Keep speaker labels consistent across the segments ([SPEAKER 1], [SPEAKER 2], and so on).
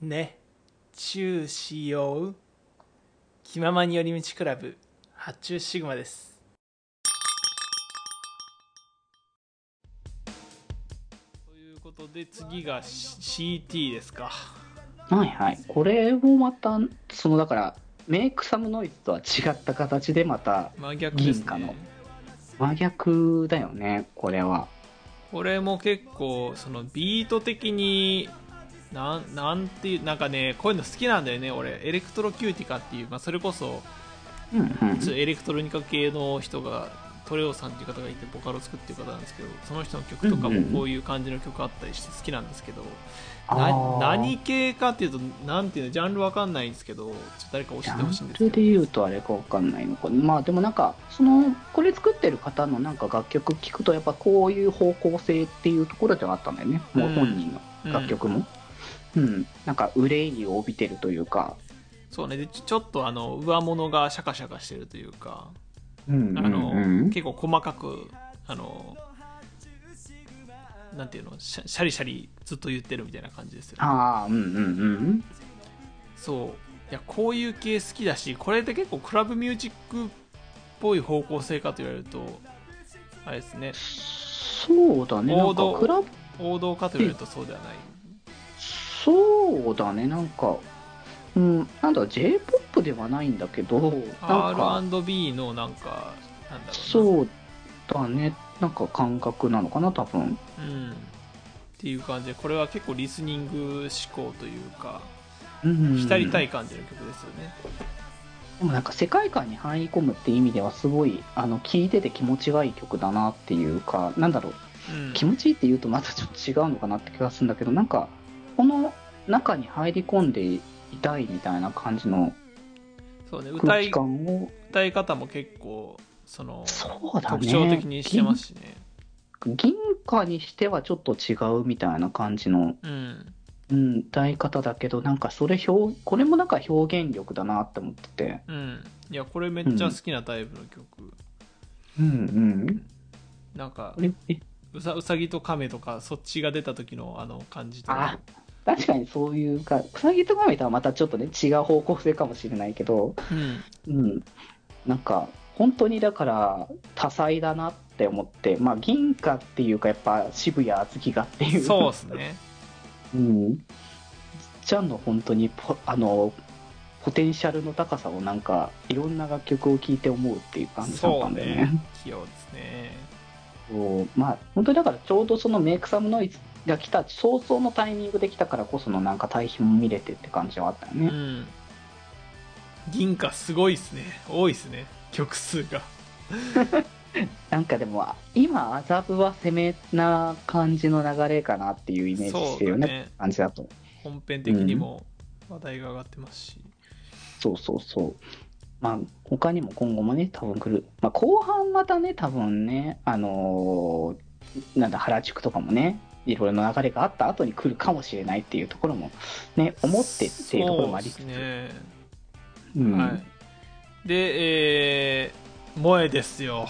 [SPEAKER 1] ね、チューしよう。気ままに寄り道クラブ、発注シグマです。ということで、次が C- CT ですか。
[SPEAKER 2] はいはい。これもまた、そのだから、メイクサムノイズとは違った形でまた
[SPEAKER 1] 真逆です
[SPEAKER 2] 銀貨の
[SPEAKER 1] ね。
[SPEAKER 2] 真逆だよね、これは。
[SPEAKER 1] これも結構、そのビート的に、なんなんていう、なんかね、こういうの好きなんだよね、俺。エレクトロキューティカっていう、まあ、それこそ、
[SPEAKER 2] うんうん。
[SPEAKER 1] ちょっとエレクトロニカ系の人がトレオさんっていう方がいてボカロ作ってる方なんですけどその人の曲とか
[SPEAKER 2] うんう
[SPEAKER 1] も
[SPEAKER 2] ん
[SPEAKER 1] こういう感じの曲あったりして好きなんですけど、
[SPEAKER 2] あー
[SPEAKER 1] な何系かっていうとなんていうのジャンルわかんないんですけどちょっと誰か教え
[SPEAKER 2] ジ
[SPEAKER 1] て
[SPEAKER 2] ャ
[SPEAKER 1] ほしいん
[SPEAKER 2] ン
[SPEAKER 1] です
[SPEAKER 2] ルで
[SPEAKER 1] け
[SPEAKER 2] 言うとあれかわかんないのかなまあでもなんかそのこれ作ってる方のなんか楽曲聞くとやっぱこういう方向性っていうところではあったんだよね、もう本人の
[SPEAKER 1] ど
[SPEAKER 2] 楽
[SPEAKER 1] うん
[SPEAKER 2] 曲もうん、なんか憂いを帯びてるというか
[SPEAKER 1] そうねでちょちょっとあの上物がシャカシャカしてるというか
[SPEAKER 2] うん
[SPEAKER 1] あ
[SPEAKER 2] うん
[SPEAKER 1] の、
[SPEAKER 2] うん
[SPEAKER 1] 結構細かくあのなんていうのシャシャリシャリずっと言ってるみたいな感じですよね
[SPEAKER 2] ああうんうんうん
[SPEAKER 1] そういやこういう系好きだしこれって結構クラブミュージックっぽい方向性かと言われるとあれですね
[SPEAKER 2] そうだねな
[SPEAKER 1] 王
[SPEAKER 2] ん
[SPEAKER 1] 道
[SPEAKER 2] かクラブ
[SPEAKER 1] 王道かと言われるとそうではない
[SPEAKER 2] そうだねなんかうんなんだ j p o p ではないんだけどなんか
[SPEAKER 1] R&B のなんかなんだろうな
[SPEAKER 2] そうだねなんか感覚なのかな多分
[SPEAKER 1] うん、っていう感じでこれは結構リスニング思考というか浸
[SPEAKER 2] 浸
[SPEAKER 1] りたい感じの曲ですよね、
[SPEAKER 2] でもなんか世界観に入り込むっていう意味ではすごいあの聴いてて気持ちがいい曲だなっていうかなんだろう
[SPEAKER 1] うん、
[SPEAKER 2] 気持ちいいって言うとまたちょっと違うのかなって気がするんだけどなんかこの中に入り込んでいたいみたいな感じの
[SPEAKER 1] そうね歌
[SPEAKER 2] 空気
[SPEAKER 1] い
[SPEAKER 2] 感を
[SPEAKER 1] 歌い方も結構その
[SPEAKER 2] そうだね
[SPEAKER 1] 特徴的にしてますしね
[SPEAKER 2] 銀銀貨にしてはちょっと違うみたいな感じの、
[SPEAKER 1] うん
[SPEAKER 2] うん、歌い方だけどなんかそれ表これもなんか表現力だなって思ってて
[SPEAKER 1] うんいやこれめっちゃ好きなタイプの曲、
[SPEAKER 2] うんうん
[SPEAKER 1] なんか
[SPEAKER 2] これえ
[SPEAKER 1] うさうさぎと亀とかそっちが出た時のあの感じと
[SPEAKER 2] あ
[SPEAKER 1] か
[SPEAKER 2] 確かにそういうか、うさぎとガメとはまたちょっとね、違う方向性かもしれないけど、
[SPEAKER 1] うん
[SPEAKER 2] うん、なんか、本当にだから、多彩だなって思って、まあ、銀貨っていうか、やっぱ渋谷厚木がっていう、
[SPEAKER 1] そうですね
[SPEAKER 2] うん、ちゃんの本当にポ、あの、ポテンシャルの高さをなんか、いろんな楽曲を聴いて思うっていう感じだっ
[SPEAKER 1] そ
[SPEAKER 2] た
[SPEAKER 1] うん
[SPEAKER 2] だ
[SPEAKER 1] ね
[SPEAKER 2] よね。
[SPEAKER 1] 器用ですね
[SPEAKER 2] そうまあ本当にだからちょうどそのメイクサムノイズが来た早々のタイミングで来たからこそのなんか対比も見れてって感じはあったよ
[SPEAKER 1] う
[SPEAKER 2] ね、
[SPEAKER 1] ん銀貨すごいですね多いですね曲数が
[SPEAKER 2] なんかでも今麻布は攻めな感じの流れかなっていうイメージしてるよね
[SPEAKER 1] そうだね
[SPEAKER 2] 感じだと
[SPEAKER 1] 本編的にも話題が上がってますし、
[SPEAKER 2] そうそうそうまあ他にも今後もね多分来る、まあ、後半またね多分ねあのーなんだ原宿とかもねいろいろな流れがあった後に来るかもしれないっていうところもね思ってっていうところもありつつ
[SPEAKER 1] そうですね、
[SPEAKER 2] うん
[SPEAKER 1] はいでえー、萌えですよ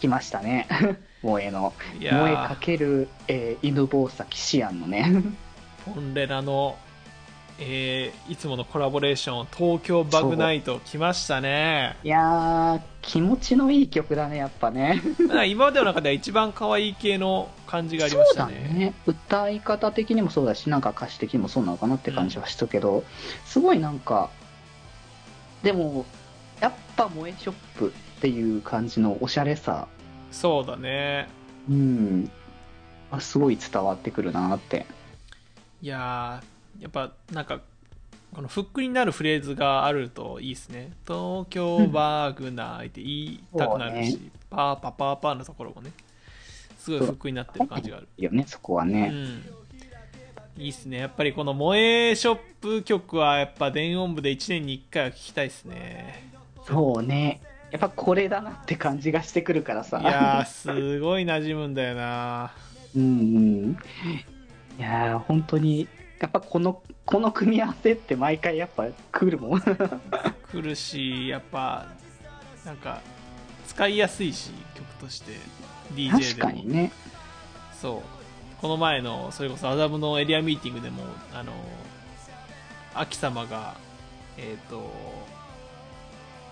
[SPEAKER 2] 来ましたね 萌えの
[SPEAKER 1] い
[SPEAKER 2] 萌えか
[SPEAKER 1] や
[SPEAKER 2] ける、えー犬吠埼シアンのね
[SPEAKER 1] ーポンレラのえーいつものコラボレーション東京バグナイト来ましたね
[SPEAKER 2] いやー気持ちのいい曲だねやっぱね
[SPEAKER 1] だから今までの中では一番可愛い系の感じがありま
[SPEAKER 2] そう
[SPEAKER 1] した
[SPEAKER 2] だ
[SPEAKER 1] ね。
[SPEAKER 2] ね歌い方的にもそうだしなんか歌詞的にもそうなのかなって感じはしたけど、すごいなんかでもやっぱ萌えショップっていう感じのおしゃれさ
[SPEAKER 1] そうだね。
[SPEAKER 2] うんあすごい伝わってくるなって
[SPEAKER 1] いやー、やっぱなんか、このフックになるフレーズがあるといいですね。東京バーグナイって言いたくなるし、
[SPEAKER 2] そう
[SPEAKER 1] パーパパーパーのところもね、すごいフックになってる感じがある。
[SPEAKER 2] いいよねそこは
[SPEAKER 1] う
[SPEAKER 2] ね、
[SPEAKER 1] ん。いいっすね。やっぱりこの萌えショップ曲はやっぱ電音部で1年に1回は聴きたいですね。
[SPEAKER 2] そうねやっぱこれだなって感じがしてくるからさ
[SPEAKER 1] いやー、すごい馴染むんだよな。
[SPEAKER 2] うんうん、いやー本当にやっぱこのこの組み合わせって毎回やっぱ来るもん
[SPEAKER 1] 来るしやっぱなんか使いやすいし曲として DJ
[SPEAKER 2] 確
[SPEAKER 1] でも
[SPEAKER 2] かにね
[SPEAKER 1] そうこの前のそれこそアダムのエリアミーティングでもあの秋様がえっ、と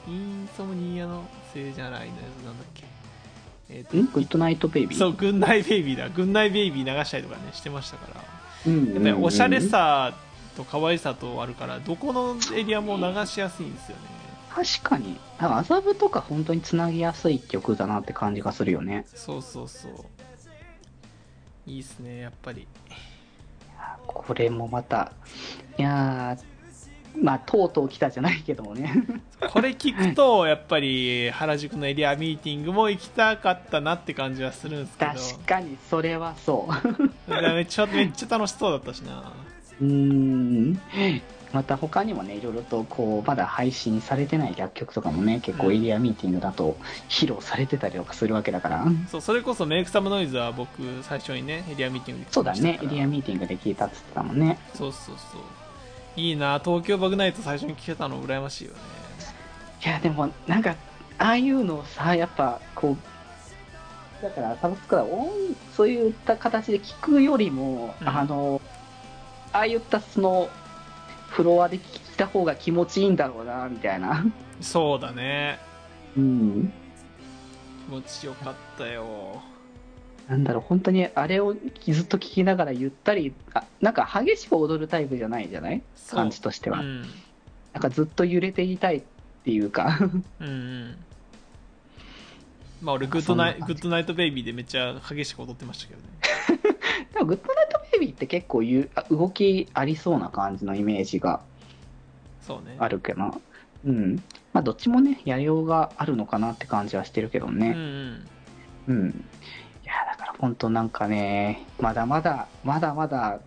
[SPEAKER 1] インソムニアのせいじゃないのやつなんだっけえっ、
[SPEAKER 2] んグッドナイトベイビ
[SPEAKER 1] と
[SPEAKER 2] ー
[SPEAKER 1] そう「軍内ベイビー」だ「軍内ベイビー」流したりとかねしてましたから
[SPEAKER 2] うん
[SPEAKER 1] やっぱりおしゃれさと可愛さとあるからどこのエリアも流しやすいんですよね
[SPEAKER 2] 確かになんか麻布とか本当につなぎやすい曲だなって感じがするよね
[SPEAKER 1] そうそうそういいっすねやっぱり
[SPEAKER 2] あこれもまたいやーまあとうとう来たじゃないけどもね
[SPEAKER 1] これ聞く とやっぱり原宿のエリアミーティングも行きたかったなって感じはするんですけど
[SPEAKER 2] 確かにそれはそう
[SPEAKER 1] だからめっちゃめっちゃ楽しそうだったしな
[SPEAKER 2] うーんまた他にもねいろいろとこうまだ配信されてない楽曲とかもね結構エリアミーティングだと披露されてたりとかするわけだから、
[SPEAKER 1] そうそれこそメイクサムノイズは僕最初にねエリアミーティングで聞
[SPEAKER 2] そう
[SPEAKER 1] きま
[SPEAKER 2] だ
[SPEAKER 1] した
[SPEAKER 2] ね
[SPEAKER 1] か
[SPEAKER 2] エ
[SPEAKER 1] ら
[SPEAKER 2] リアミーティングで聞いたっつってたもんね
[SPEAKER 1] そうそうそういいな東京バグナイト最初に聞けたの羨ましいよね
[SPEAKER 2] いやでもなんかああいうのをさやっぱこうだからサブスクは音そういった形で聞くよりも、
[SPEAKER 1] うん
[SPEAKER 2] あのああいったそのフロアで聞いた方が気持ちいいんだろうなみたいな
[SPEAKER 1] そうだね
[SPEAKER 2] うん
[SPEAKER 1] 気持ちよかったよ
[SPEAKER 2] なんだろう本当にあれをずっと聞きながらゆったりあなんか激しく踊るタイプじゃないじゃない
[SPEAKER 1] そう
[SPEAKER 2] 感じとしては、
[SPEAKER 1] うん、
[SPEAKER 2] なんかずっと揺れていたいっていうか
[SPEAKER 1] うんうんまあ俺グッドナイ
[SPEAKER 2] そんな感
[SPEAKER 1] グ
[SPEAKER 2] じ
[SPEAKER 1] ッドナイトベイビーでめっちゃ激しく踊ってましたけどね
[SPEAKER 2] でもグッドナイトベイビーって結構ゆあ動きありそうな感じのイメージが
[SPEAKER 1] そうね
[SPEAKER 2] あるけどうんまあどっちもねやりようがあるのかなって感じはしてるけど
[SPEAKER 1] うんう
[SPEAKER 2] ね
[SPEAKER 1] ん
[SPEAKER 2] うん、いやだから本当なんかねまだまだまだまだ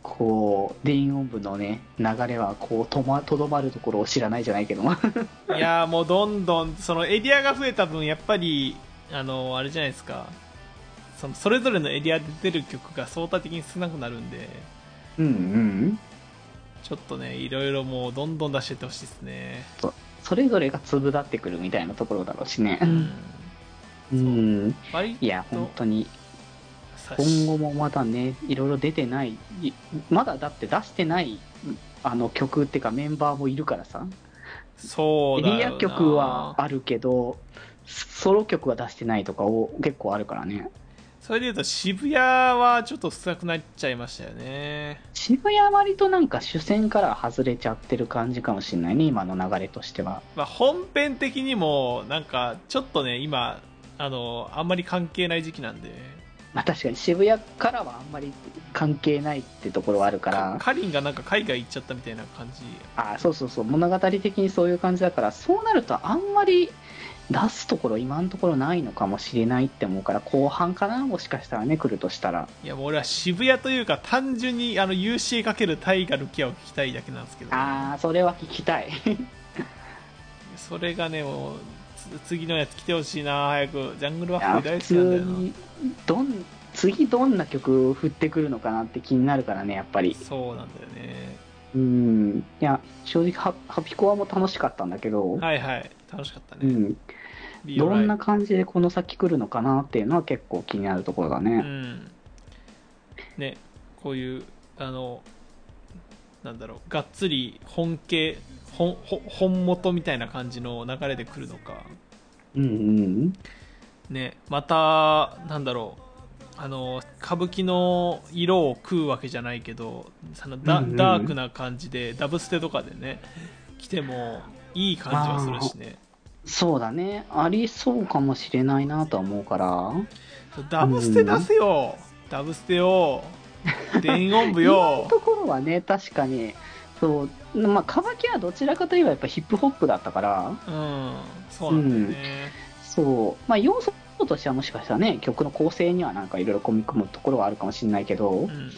[SPEAKER 2] こう電音部のね流れはこうとまとどまるところを知らないじゃないけども
[SPEAKER 1] いやーもうどんどんそのエリアが増えた分やっぱりあのあれじゃないですかそのそれぞれのエリアで出る曲が相対的に少なくなるんで
[SPEAKER 2] うんうん
[SPEAKER 1] ちょっとねいろいろもうどんどん出してってほしいですね
[SPEAKER 2] それぞれが粒立ってくるみたいなところだろうしね
[SPEAKER 1] うん
[SPEAKER 2] うん
[SPEAKER 1] 割
[SPEAKER 2] いや本当に
[SPEAKER 1] さ
[SPEAKER 2] 今後もまだねいろいろ出てないいまだだって出してないあの曲っていうかメンバーもいるからさ
[SPEAKER 1] そう
[SPEAKER 2] エ
[SPEAKER 1] だよ
[SPEAKER 2] リ
[SPEAKER 1] な
[SPEAKER 2] ア曲はあるけどソロ曲は出してないとかを結構あるからね
[SPEAKER 1] それでいうと渋谷はちょっと少なくなっちゃいましたよね
[SPEAKER 2] 渋谷は割となんか主戦から外れちゃってる感じかもしれないね今の流れとしては
[SPEAKER 1] まあ、本編的にもなんかちょっとね今あのあんまり関係ない時期なんで
[SPEAKER 2] まあ確かに渋谷からはあんまり関係ないってところはあるから
[SPEAKER 1] かかりんがなんか海外行っちゃったみたいな感じ
[SPEAKER 2] あそうそうそう物語的にそういう感じだからそうなるとあんまり出すところ今のところないのかもしれないって思うから後半かなもしかしたらね来るとしたら
[SPEAKER 1] いやもう俺は渋谷というか単純にあの UC かけるタイガルキアを聞きたいだけなんですけど、
[SPEAKER 2] ああそれは聞きたい
[SPEAKER 1] それがねもうつ次のやつ来てほしいな早くジャングル
[SPEAKER 2] い
[SPEAKER 1] ワッ
[SPEAKER 2] や
[SPEAKER 1] フル
[SPEAKER 2] 普
[SPEAKER 1] 大好きなんだ
[SPEAKER 2] 通
[SPEAKER 1] よな
[SPEAKER 2] にどん次どんな曲を振ってくるのかなって気になるからねやっぱり
[SPEAKER 1] そうなんだよね
[SPEAKER 2] うんいや正直ハハピコアも楽しかったんだけど、
[SPEAKER 1] はいはい楽しかった
[SPEAKER 2] う
[SPEAKER 1] ね、
[SPEAKER 2] ん、
[SPEAKER 1] ビオ
[SPEAKER 2] ど
[SPEAKER 1] ライ
[SPEAKER 2] んな感じでこの先来るのかなっていうのは結構気になるところだね、
[SPEAKER 1] うんねこういうあのなんだろうがっつり本家本本本元みたいな感じの流れで来るのか
[SPEAKER 2] うんうん
[SPEAKER 1] ねまたなんだろうあの歌舞伎の色を食うわけじゃないけどそのダ,、
[SPEAKER 2] うんうん
[SPEAKER 1] ダークな感じでダブステとかでね来てもいい感じはするしね
[SPEAKER 2] そうだねありそうかもしれないなとは思うから
[SPEAKER 1] そうダブステ出せよ、ダブステを電音部 よ
[SPEAKER 2] ところはね確かにそうまあカバキはどちらかといえばやっぱヒップホップだったから
[SPEAKER 1] うんそうなんだよね、
[SPEAKER 2] そうまあ要素としてはもしかしたらね曲の構成にはなんかいろいろ込み込むところはあるかもしれないけど
[SPEAKER 1] う、ん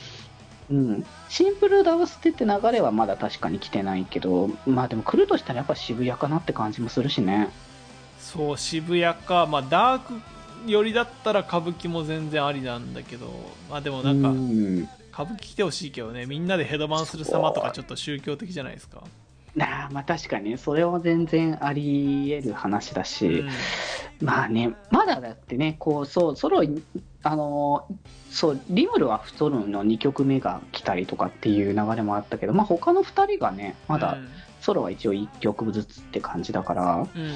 [SPEAKER 2] うん、シンプルダブステって流れはまだ確かに来てないけどまあでも来るとしたらやっぱ渋谷かなって感じもするしね
[SPEAKER 1] そう渋谷か、まあ、ダーク寄りだったら歌舞伎も全然ありなんだけど、まあ、でもなんか
[SPEAKER 2] うん
[SPEAKER 1] 歌舞伎来てほしいけどねみんなでヘドバンする様とかちょっと宗教的じゃないですか
[SPEAKER 2] なあまあ確かにそれは全然あり得る話だし、
[SPEAKER 1] うん
[SPEAKER 2] まあねまだだってねこうそうソロあのそうリムルは太るの2曲目が来たりとかっていう流れもあったけどまあ他の2人がねまだソロは一応1曲ずつって感じだから
[SPEAKER 1] うん、うん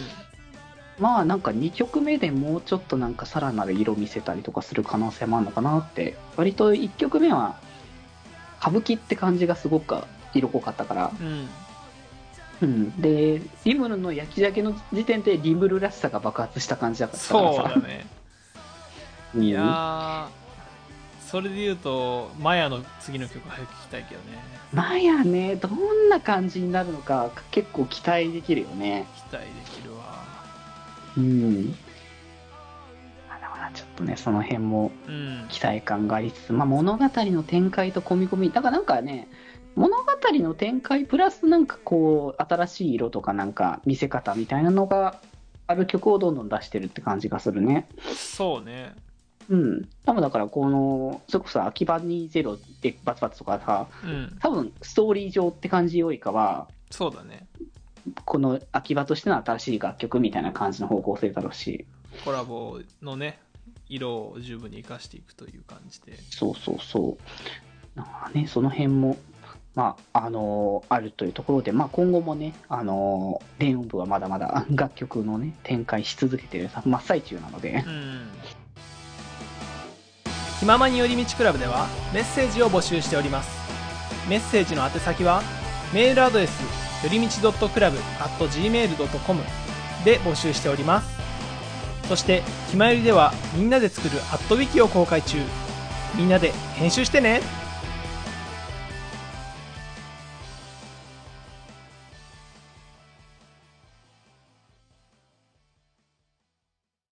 [SPEAKER 2] まあなんか2曲目でもうちょっとなんかさらなる色見せたりとかする可能性もあるのかなって割と1曲目は歌舞伎って感じがすごく色濃かったから
[SPEAKER 1] うん
[SPEAKER 2] うん、でリムルの焼き鮭の時点でリムルらしさが爆発した感じだったから
[SPEAKER 1] そう
[SPEAKER 2] さ
[SPEAKER 1] だね
[SPEAKER 2] うん
[SPEAKER 1] いやーそれで言うとマヤの次の曲早く聴きたいけどね
[SPEAKER 2] まあやねどんな感じになるのか結構期待できるよね
[SPEAKER 1] 期待できるわ
[SPEAKER 2] うんまだまだちょっとねその辺も
[SPEAKER 1] うん
[SPEAKER 2] 期待感がありつつ、まあ、物語の展開と込み込みだからなんかね物語の展開プラスなんかこう新しい色とかなんか見せ方みたいなのがある曲をどんどん出してるって感じがするね
[SPEAKER 1] そうね
[SPEAKER 2] うん、多分だからこのそれこそ秋葉にゼロでバツバツとかさ
[SPEAKER 1] うん
[SPEAKER 2] 多分ストーリー上って感じよりかは
[SPEAKER 1] そうだね
[SPEAKER 2] この秋葉としての新しい楽曲みたいな感じの方向性だろうし
[SPEAKER 1] コラボのね色を十分に生かしていくという感じで
[SPEAKER 2] そうそうそうなんかねその辺もまああのあるというところで、まあ、今後もねあの電音部はまだまだ楽曲のね展開し続けてる真っ最中なので
[SPEAKER 1] うん気ままに寄り道クラブではメッセージを募集しておりますメッセージの宛先はメールアドレスよりみち .club.gmail.com で募集しておりますそして「ひまより」ではみんなで作る「アットウィキを公開中みんなで編集してね